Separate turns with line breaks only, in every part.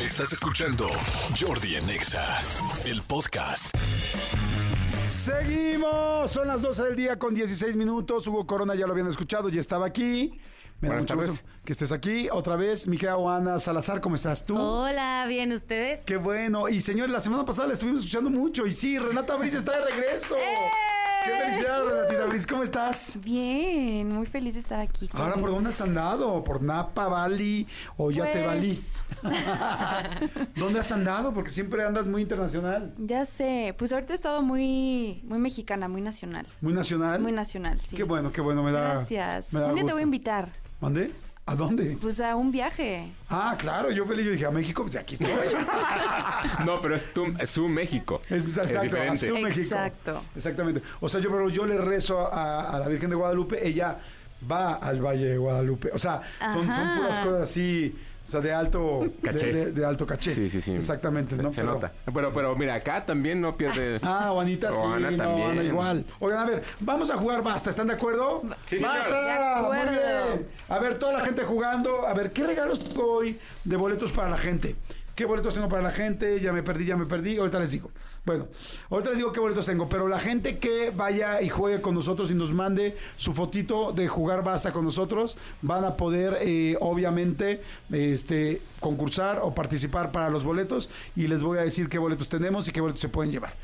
Estás escuchando Jordi en Exa, el podcast.
Seguimos, son las 12 del día con 16 minutos. Hugo Corona ya lo habían escuchado, ya estaba aquí. Me da
Buenas
mucho
tardes.
gusto que estés aquí otra vez. Mi querida Ana Salazar, ¿cómo estás tú?
Oh.
Hola, bien, ¿ustedes?
Qué bueno. Y señores, la semana pasada la estuvimos escuchando mucho. Y sí, Renata Briz está de regreso.
¡Eh!
¡Qué felicidad, Renatita Briz! ¿Cómo estás?
Bien, muy feliz de estar aquí. con-
Ahora, ¿por dónde has andado? ¿Por Napa, Bali o ya te
Pues-
valí? ¿Dónde has andado? Porque siempre andas muy internacional,
Ya sé, pues ahorita he estado muy, muy mexicana, muy nacional.
muy nacional.
Muy nacional, sí.
Qué bueno, qué bueno, me da.
Gracias.
me da
un día te
gusto.
voy a invitar,
¿Mandé? ¿A dónde?
pues a un viaje.
Ah, claro, yo feliz, yo dije a México, pues aquí estoy.
No, pero es, tu- es su México.
Es, exacto, a
diferente.
su México.
Exacto.
Exactamente. O sea, yo, pero yo le rezo a, a la Virgen de Guadalupe, ella va al Valle de Guadalupe. O sea, son, son
Ajá.
puras cosas así, o sea, de alto
Caché.
De, de- de alto caché.
Sí, sí, sí.
Exactamente,
Se,
¿no?
se
Pero-
nota. Pero, pero mira, acá también no pierde.
Ah, Juanita, sí,
Juana
no,
también.
Ana igual. Oigan, a ver, vamos a jugar basta, ¿están de acuerdo?
Sí, señor.
basta.
De acuerdo.
Muy bien. A ver, toda la gente jugando, a ver, ¿qué regalos tengo hoy de boletos para la gente? ¿Qué boletos tengo para la gente? Ya me perdí, ya me perdí, ahorita les digo. Bueno, ahorita les digo qué boletos tengo, pero la gente que vaya y juegue con nosotros y nos mande su fotito de jugar basta con nosotros, van a poder eh, obviamente este concursar o participar para los boletos y les voy a decir qué boletos tenemos y qué boletos se pueden llevar.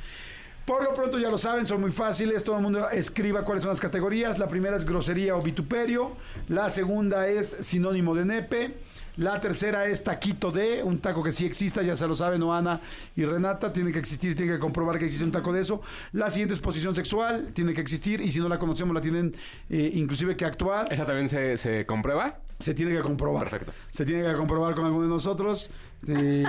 Por lo pronto ya lo saben, son muy fáciles. Todo el mundo escriba cuáles son las categorías. La primera es grosería o vituperio. La segunda es sinónimo de nepe. La tercera es taquito de, un taco que sí exista, ya se lo saben Oana y Renata, tiene que existir, tiene que comprobar que existe un taco de eso. La siguiente es posición sexual, tiene que existir y si no la conocemos la tienen eh, inclusive que actuar.
¿Esa también se, se comprueba?
Se tiene que comprobar.
Perfecto.
Se tiene que comprobar con alguno de nosotros. eh,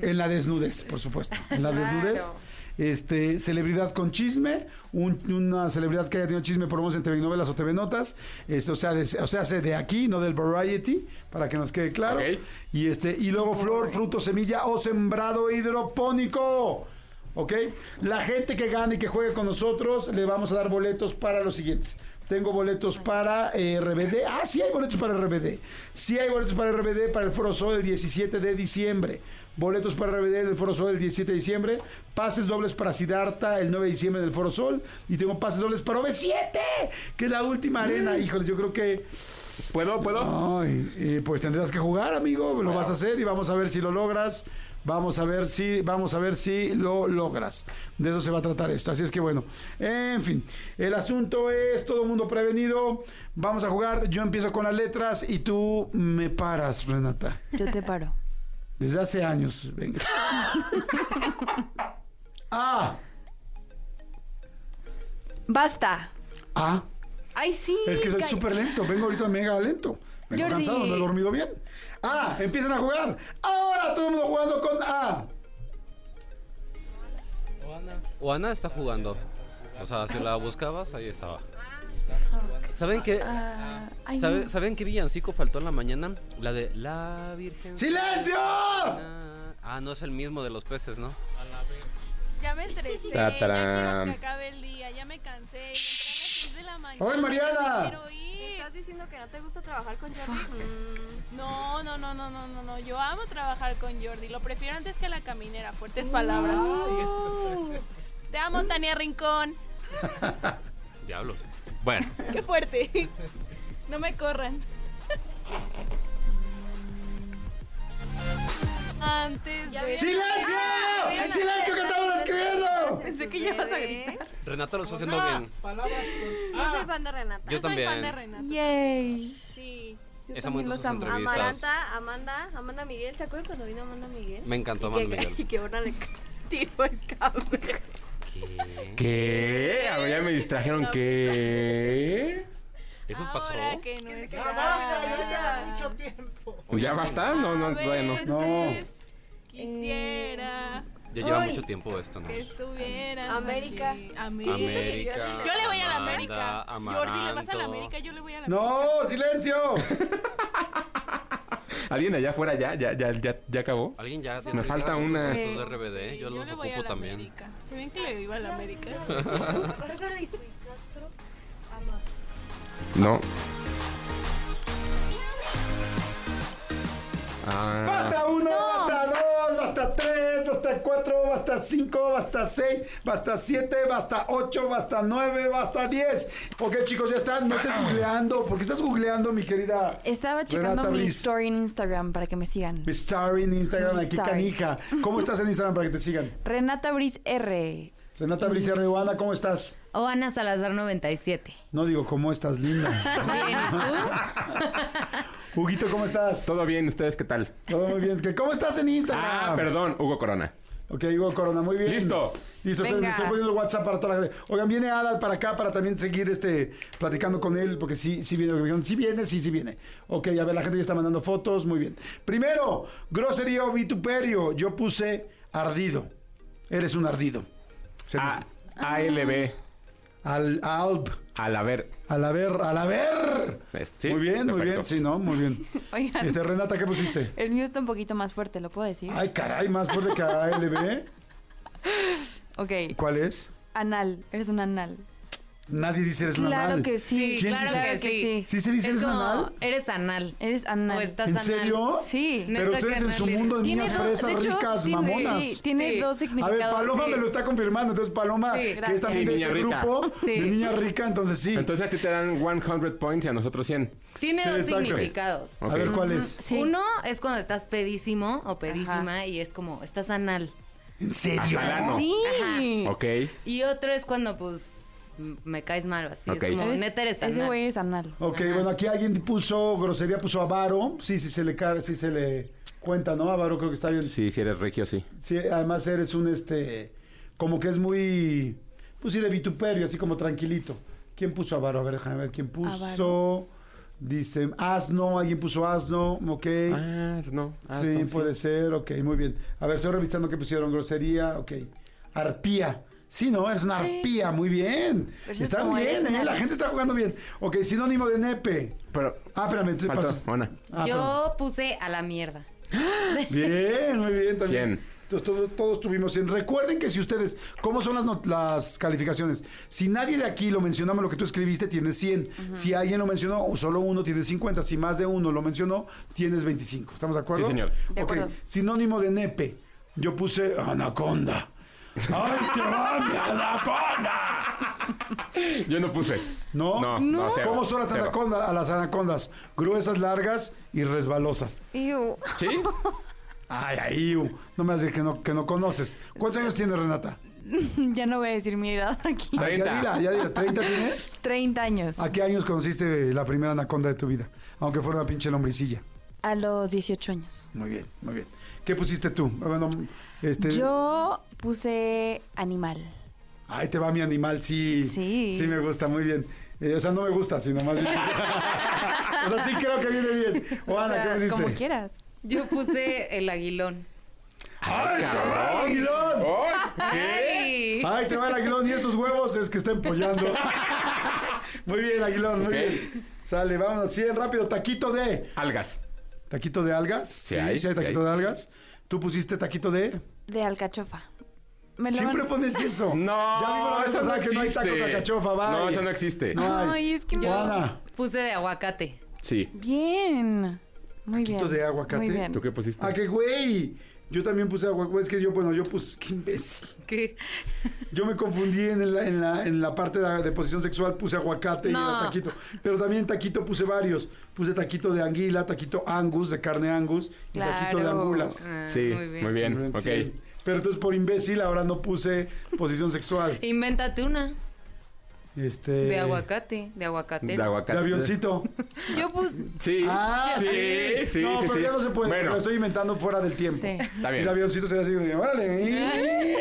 en la desnudez, por supuesto. En la desnudez. Este, celebridad con chisme, un- una celebridad que haya tenido chisme por lo menos en TV novelas o TV notas, este, o sea, de, o sea, de aquí, no del variety, para que nos quede claro.
Ok.
Y este, y luego flor, fruto, semilla o sembrado hidropónico. ¿Ok? La gente que gane y que juegue con nosotros, le vamos a dar boletos para los siguientes. Tengo boletos para eh, RBD. Ah, sí hay boletos para RBD. Sí hay boletos para RBD para el Foro Sol el 17 de diciembre. Boletos para RBD del Foro Sol el 17 de diciembre. Pases dobles para Sidarta el 9 de diciembre del Foro Sol. Y tengo pases dobles para OV7, que es la última arena. Híjole, yo creo que
¿Puedo? ¿Puedo?
Ay, eh, pues tendrás que jugar, amigo. Lo vas a hacer y vamos a ver si lo logras. Vamos a ver si, vamos a ver si lo logras. De eso se va a tratar esto. Así es que bueno. En fin, el asunto es todo mundo prevenido. Vamos a jugar. Yo empiezo con las letras y tú me paras, Renata.
Yo te paro.
Desde hace años, venga. Ah, A.
Basta.
A.
Ay, sí.
Es que soy
calla.
súper lento. Vengo ahorita mega lento. Vengo
Jordi.
cansado, no he dormido bien. Ah, empiezan a jugar. Ahora todo el mundo jugando con A.
Oana está jugando. O sea, si la buscabas, ahí estaba.
Ah.
¿Saben qué?
Ay, no.
¿sabe- ¿Saben qué villancico faltó en la mañana? La de La Virgen.
¡Silencio!
Santina. Ah, no es el mismo de los peces, ¿no?
Ya me estresé,
Ta,
ya
tarán.
quiero que acabe el día, ya me cansé. ya entré a las seis de la mañana,
¡Ay, Mariana!
ya quiero ir.
¿Estás diciendo que no te gusta trabajar con Jordi? Mm.
No, no, no, no, no, no, no, yo amo trabajar con Jordi, lo prefiero antes que la caminera, fuertes palabras. Te amo, Tania Rincón,
Diablos. Bueno,
qué fuerte. No me corran. Antes de...
¡Silencio! ¡Silencio que estamos escribiendo!
Pensé que ya vas a gritar.
Renata lo está haciendo bien.
Yo soy fan de Renata.
Ah. Yo
Soy fan de
también.
Renata.
Yay.
Sí.
Yo
Esa muy
también
de
los
sus
amo.
entrevistas.
Amaranta, Amanda, Amanda Miguel. ¿Se acuerdan cuando vino Amanda Miguel?
Me encantó
Y que-
Amanda Miguel.
Y que ahora le tiró el cable.
¿Qué? A ver, ya me distrajeron. ¿Qué?
¿Eso pasó?
Ahora que no está.
¿Ya basta? No, no, todavía no.
no.
veces Quisiera
Ya lleva mucho tiempo esto, ¿no?
que estuvieras
América.
aquí. América.
América.
Yo le voy a la
Amanda,
América. Jordi, le vas a la
Amaranto.
América, yo le voy a la América.
¡No! ¡Silencio!
¿Alguien allá afuera ya? ¿Ya, ya, ya, ya acabó?
¿Alguien ya?
Me falta una.
Los de RBD,
Sí,
¿eh? yo los
le voy a
ocupo
la
también.
América. Se ven que le viva la América.
Cárcaro y su Castro. Ama.
No. Ah.
¡Basta uno! ¡Basta dos! hasta 3, basta 4, basta 5, basta 6, basta 7, basta 8, basta 9, basta 10. Ok, chicos, ya están. No estés googleando. porque estás googleando, mi querida?
Estaba checando
Renata
mi
Bliss?
story en Instagram para que me sigan.
Star en Instagram,
Mi
aquí
star.
canija. ¿Cómo estás en Instagram para que te sigan?
Renata Bris R.
Renata Bricia Reguana, ¿cómo estás?
O Ana Salazar 97.
No digo, ¿cómo estás, linda?
Bien, ¿y
Huguito, ¿cómo estás?
Todo bien, ¿ustedes qué tal?
Todo muy bien. ¿Qué- ¿Cómo estás en Instagram?
Ah, perdón, Hugo Corona.
Ok, Hugo Corona, muy bien.
Listo.
Listo, espérenme,
Venga.
estoy poniendo el WhatsApp para toda la gente. Oigan, viene Adal para acá para también seguir este platicando con él, porque sí, sí viene, porque sí viene, sí, sí viene. Ok, a ver, la gente ya está mandando fotos, muy bien. Primero, grosería o vituperio. Yo puse ardido. Eres un ardido. Se me-
A- ALB.
Al, alb,
Al haber.
al haber, al haber.
Es- sí,
muy bien, muy
perfecto.
bien, sí, ¿no? Muy bien.
Oigan.
Este, Renata, ¿qué pusiste?
El mío está un poquito más fuerte, ¿lo puedo decir?
Ay, caray, más fuerte que ALB.
Ok.
¿Cuál es?
Anal. Eres un anal.
Nadie dice eres una
Claro
mal.
que sí.
Sí,
¿Quién
claro
dice?
que sí.
¿Sí se dice
Es
eres
como,
una mal?
eres anal.
Eres
O
anal.
estás
¿En
anal.
serio?
Sí.
Neta
Pero ustedes
que
en su
anal
mundo de
eres.
Tiene
niñas
dos-
fresas,
de hecho,
ricas,
tiene-
mamonas.
Sí, tiene
Sí.
dos
A
significados.
ver, Paloma
sí.
me lo está confirmando. Entonces, Paloma,
Sí,
que es
gracias.
también
Sí,
de ese
niña rica.
grupo
Sí.
de niña rica, entonces sí.
Entonces a ti te dan 100 points y a nosotros 100.
Tiene
Sí,
dos
exacto.
significados.
A ver, ¿cuál es?
Sí.
Uno es cuando estás pedísimo o pedísima y es como, estás anal.
¿En serio?
Hasta el ano.
Sí.
Ok.
Y otro es cuando, pues, m- me caes mal o así.
Ok.
Es como,
Eres-
neta eres
Ese
anal.
güey es anal.
Ok, bueno, aquí alguien puso grosería, puso avaro. Sí, sí se le, car- sí se le cuenta, ¿no? Avaro creo que está bien.
Sí, si eres regio, sí.
Sí, además eres un este. Como que es muy. Pues sí, de vituperio, así como tranquilito. ¿Quién puso avaro? A ver, déjame ver quién puso.
Avaro.
Dice asno, alguien puso asno, ok.
Ah, no. Ah,
sí,
no,
puede ser, ok, muy bien. A ver, estoy revisando qué pusieron, grosería, ok. Arpía. Sí, no, eres una arpía, muy bien.
Pero eso es
Están
como eres
bien,
una
¿eh? La
arpía.
gente está jugando bien. Ok, sinónimo de nepe.
Pero
Ah, espérame, tú
faltó
pasas.
una.
Ah, perdón.
Yo puse a la mierda.
Bien, muy bien también.
Cien.
Entonces todo- todos tuvimos 100. Recuerden que si ustedes, ¿cómo son las, not- las calificaciones? Si nadie de aquí lo mencionamos, lo que tú escribiste, tienes 100. Si alguien lo mencionó, o solo uno, tienes 50. Si más de uno lo mencionó, tienes 25. ¿Estamos de acuerdo?
Sí, señor.
De
Ok,
acuerdo.
sinónimo de nepe. Yo puse anaconda. ¡Ay, te va mi anaconda!
Yo no puse.
¿No?
No, no, cero,
¿Cómo son las
cero.
anacondas? A las anacondas. Gruesas, largas y resbalosas.
Ew.
¿Sí?
Ay, ay, iu. no me vas a decir que no, que no conoces. ¿Cuántos años tiene Renata?
ya no voy a decir mi edad aquí.
Ay, ya
30.
dila, ya dila. ¿30 tienes?
30 años.
¿A qué años conociste la primera anaconda de tu vida? Aunque fuera una pinche lombricilla.
A los 18 años.
Muy bien, muy bien. ¿Qué pusiste tú? Bueno, este...
Yo puse animal.
Ahí te va mi animal, sí.
Sí.
Sí, me gusta, muy bien. Eh, o sea, no me gusta, sino más bien. o sea, sí creo que viene bien. O Ana,
O sea,
¿qué pusiste?
Como quieras.
Yo puse el aguilón.
¡Ay, cabrón! aguilón!
¡Ay!
¡Ay, te va el aguilón! Y esos huevos es que está empollando. muy bien, aguilón, muy
Ok.
bien. Sale, vámonos. 100, rápido. Taquito de...
Algas.
¿Taquito de algas? Sí,
hay,
sí hay
sí
taquito
hay.
de algas. ¿Tú pusiste taquito de...?
De alcachofa. Me lo
Siempre
van-
pones eso.
No,
Ya vimos la vez
eso
pasada
no
que no hay
existe.
tacos de alcachofa, va.
No, eso no existe.
No hay.
Ay, es que me-
Yo
Juana.
puse de aguacate.
Sí.
Bien. Muy
Taquito
bien.
de aguacate.
Muy bien.
¿Tú qué pusiste?
Ah, qué güey. Yo también puse aguacate. Es que yo, bueno, yo puse... ¡Qué imbécil!
¿Qué?
Yo me confundí en la, en la, en la parte de, de posición sexual, puse aguacate y
No.
era taquito. Pero también taquito puse varios. Puse taquito de anguila, taquito angus, de carne angus, y taquito de
Claro.
angulas.
Ah,
Sí, muy bien. Ok.
Sí. Pero entonces por imbécil ahora no puse posición sexual.
Invéntate una.
Este.
De aguacate. De aguacatero.
De aguacate.
De avioncito.
Yo puse.
Sí.
Ah,
sí, sí, sí.
No, pero
sí.
ya no se puede.
Bueno,
Lo estoy inventando fuera del tiempo.
Sí.
está
El
bien.
avioncito se ve así de, órale, ¡ih!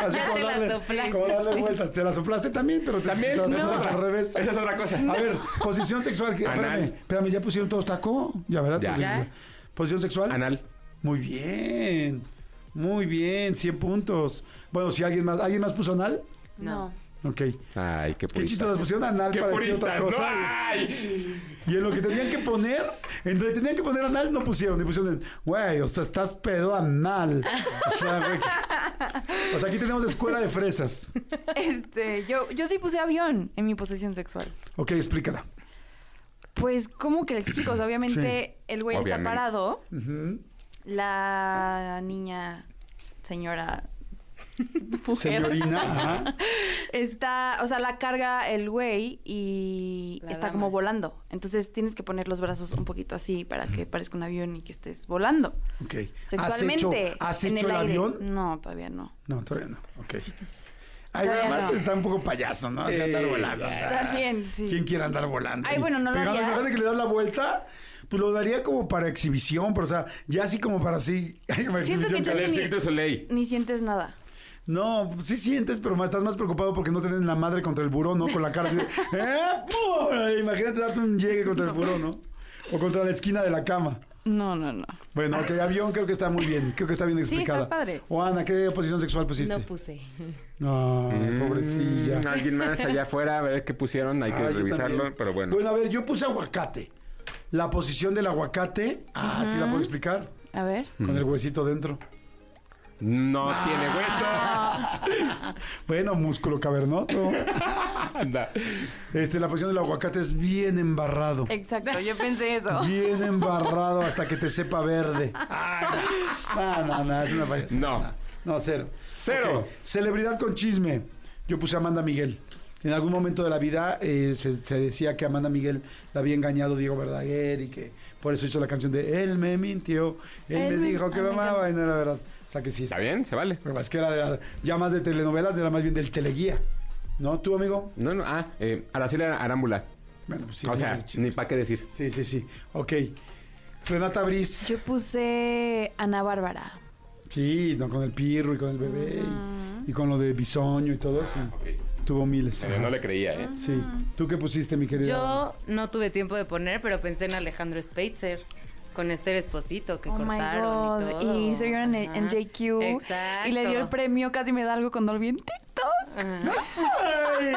así
Ya
como
te la
darle,
soplé.
como darle vueltas. Te la soplaste también, pero te,
También,
te la
no.
soplas al revés.
Esa es otra cosa.
A ver, posición sexual. que-
Anal.
Espérame, espérame, ¿ya pusieron todos taco? Ya, ¿verdad?
Ya.
Posición-
Ya.
Posición sexual.
Anal.
Muy bien. Muy bien, 100 puntos. Bueno, si alguien más, ¿alguien más puso anal?
No.
Ok.
Ay, qué
Qué
puristas.
chistoso, pusieron anal
Qué
para decir
puristas.
otra cosa.
No, ay.
Y en lo que tenían que poner, en donde tenían que poner anal, no pusieron. Y pusieron, güey, o sea, estás pedo anal. O sea, güey. que- O sea, aquí tenemos escuela de fresas.
Este, yo, yo sí puse avión en mi posesión sexual.
Ok, explícala.
Pues, ¿cómo que le explico? O sea, obviamente el güey está
Obviamente.
parado. La niña señora mujer.
Señorina, ajá.
Está, o sea, la carga el güey y
La
está
dama.
como volando. Entonces tienes que poner los brazos un poquito así para que parezca un avión y que estés volando.
Ok.
Sexualmente.
¿Has hecho, has
en
hecho el,
aire.
avión?
No, todavía no.
No, todavía no. Ok. Ay,
Todavía
además
no.
está un poco payaso, ¿no? O sea,
Sí,
andar volando. o sea,
También, sí.
¿Quién quiere andar volando?
Ay,
Y
bueno, no lo
pegado,
harías.
Imagínate que le das la vuelta, pues lo daría como para exhibición, pero o sea, ya así como para así. Ay, como
Siento que
exhibición,
yo
Chale,
ni-
Cirque du Soleil.
Ni sientes nada.
No, pues sí sientes, pero más- estás más preocupado porque no te den la madre contra el buró, ¿no? Con la cara así. de, ¡Eh! ¡Pum! Imagínate darte un llegue contra el buró, ¿no? O contra la esquina de la cama.
No, no, no.
Bueno, ok, avión creo que está muy bien, creo que está bien
está
explicada.
padre. pues.
O Ana, ¿qué posición sexual pusiste?
No puse.
No,
Mm,
pobrecilla.
Alguien más allá afuera, a ver qué pusieron, hay que
Ah, yo
revisarlo,
también.
pero bueno.
Bueno, a ver, yo puse aguacate. La posición del aguacate. Ah, sí la puedo explicar.
A ver.
Con el huesito dentro.
No
ah.
tiene hueso.
Bueno, músculo cavernoso.
Anda.
Este, la posición del aguacate es bien embarrado.
Exacto, yo pensé eso.
Bien embarrado hasta que te sepa verde. Ay, no, no, no, es una payasada.
No.
No, cero.
Cero.
Ok, Celebridad con chisme. Yo puse a Amanda Miguel. En algún momento de la vida eh, se, se decía que Amanda Miguel la había engañado Diego Verdaguer y que por eso hizo la canción de Él me mintió, él,
Él
me
me-
dijo que
ah,
me
me
amaba y no era verdad. O sea que sí.
¿Está bien? ¿Se vale?
Lo que pasa es que era de la- ya más de telenovelas, era más bien del teleguía. ¿No? ¿Tú, amigo?
No, no, ah, eh, Araceli Arámbula.
Bueno, pues sí.
o sea,
miles de
ni
chismes.
para qué decir.
Sí, sí, sí. Ok. Renata Briz.
Yo puse Ana Bárbara.
Sí, no, con el pirro y con el bebé y- y, con lo de bisoño y todo, sí. Tuvo miles.
Pero no le creía, ¿eh?
Sí.
Mm.
¿Tú qué pusiste, mi querida?
Yo no tuve tiempo de poner, pero pensé en Alejandro Spitzer. Con Esther Esposito, que
oh my
cortaron y
god.
todo.
Y estuvieron en, en
Ajá.
JQ.
Exacto.
Y le dio el premio, casi me da algo cuando lo vi en TikTok.
Ajá.
¡Ay!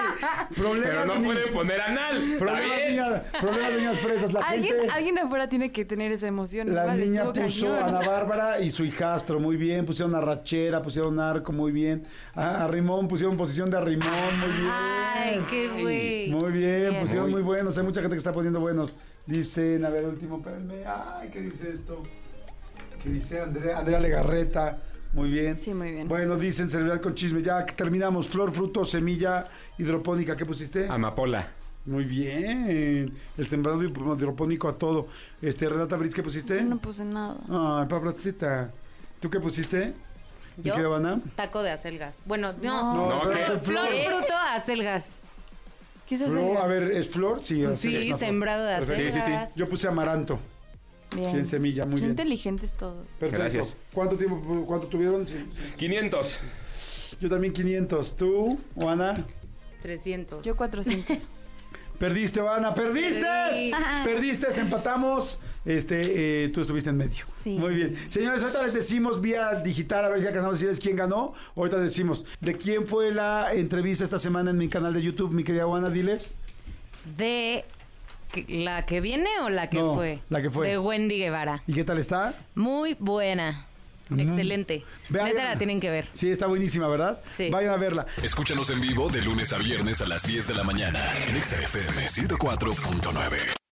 Problemas
Pero no
ni-
pueden poner anal. ¿Está
Problemas
bien?
niñas, problemas niñas fresas. La
Alguien,
gente...
alguien afuera tiene que tener esa emoción.
La
igual,
niña
estuvo
puso
cañón.
a Ana Bárbara y su hijastro, muy bien. Pusieron a Rachera, pusieron a Arco, muy bien. A, a Rimón, pusieron posición de Rimón, muy bien.
Ay, qué güey.
Muy bien,
Bien.
pusieron muy
Muy-
buenos. Hay mucha gente que está poniendo buenos. Dicen, a ver, último, espérenme. Ay, ¿qué dice esto? ¿Qué dice Andrea? Andrea Legarreta. Muy bien.
Sí, muy bien.
Bueno, dicen celebridad con chisme. Ya que terminamos. Flor, fruto, semilla hidropónica. ¿Qué pusiste?
Amapola.
Muy bien. El sembrado hidropónico a todo. Este, Renata Briz, ¿qué pusiste?
Yo no puse nada.
Ay, Pablotcita. ¿Tú qué pusiste? ¿Mi
Yo,
querida Vanna?
taco de acelgas. Bueno, no.
No.
No,
pero
¿qué?
es el
Flor,
flor.
fruto, acelgas.
¿Qué es
Flor, a ver, ¿es flor? Sí,
Pues
así es,
sí,
no, flor.
sembrado de
Perfecto.
acelgas.
Sí, sí, sí.
Yo puse amaranto. Sí, en semilla, muy
Qué
bien.
inteligentes todos.
Perfecto.
Gracias.
¿Cuánto tiempo cuánto tuvieron? Sí, sí.
500.
Yo también 500. ¿Tú, o Ana?
300.
Yo 400.
Perdiste, o Ana, perdiste.
Perdí.
Perdiste, empatamos. Este, eh, tú estuviste en medio.
Sí.
Muy bien. Señores, ahorita les decimos vía digital, a ver si alcanzamos a decirles quién ganó. Ahorita decimos de quién fue la entrevista esta semana en mi canal de YouTube, mi querida Ana, diles.
¿De que- la que viene o la que
No,
fue?
la que fue.
De Wendy Guevara.
¿Y qué tal está?
Muy buena.
Mm.
Excelente.
Vean-
Neta la tienen que ver.
Sí, está buenísima, ¿verdad?
Sí.
Vayan a verla.
Escúchanos en vivo de lunes a viernes a las 10 de la mañana en Exa FM 104.9.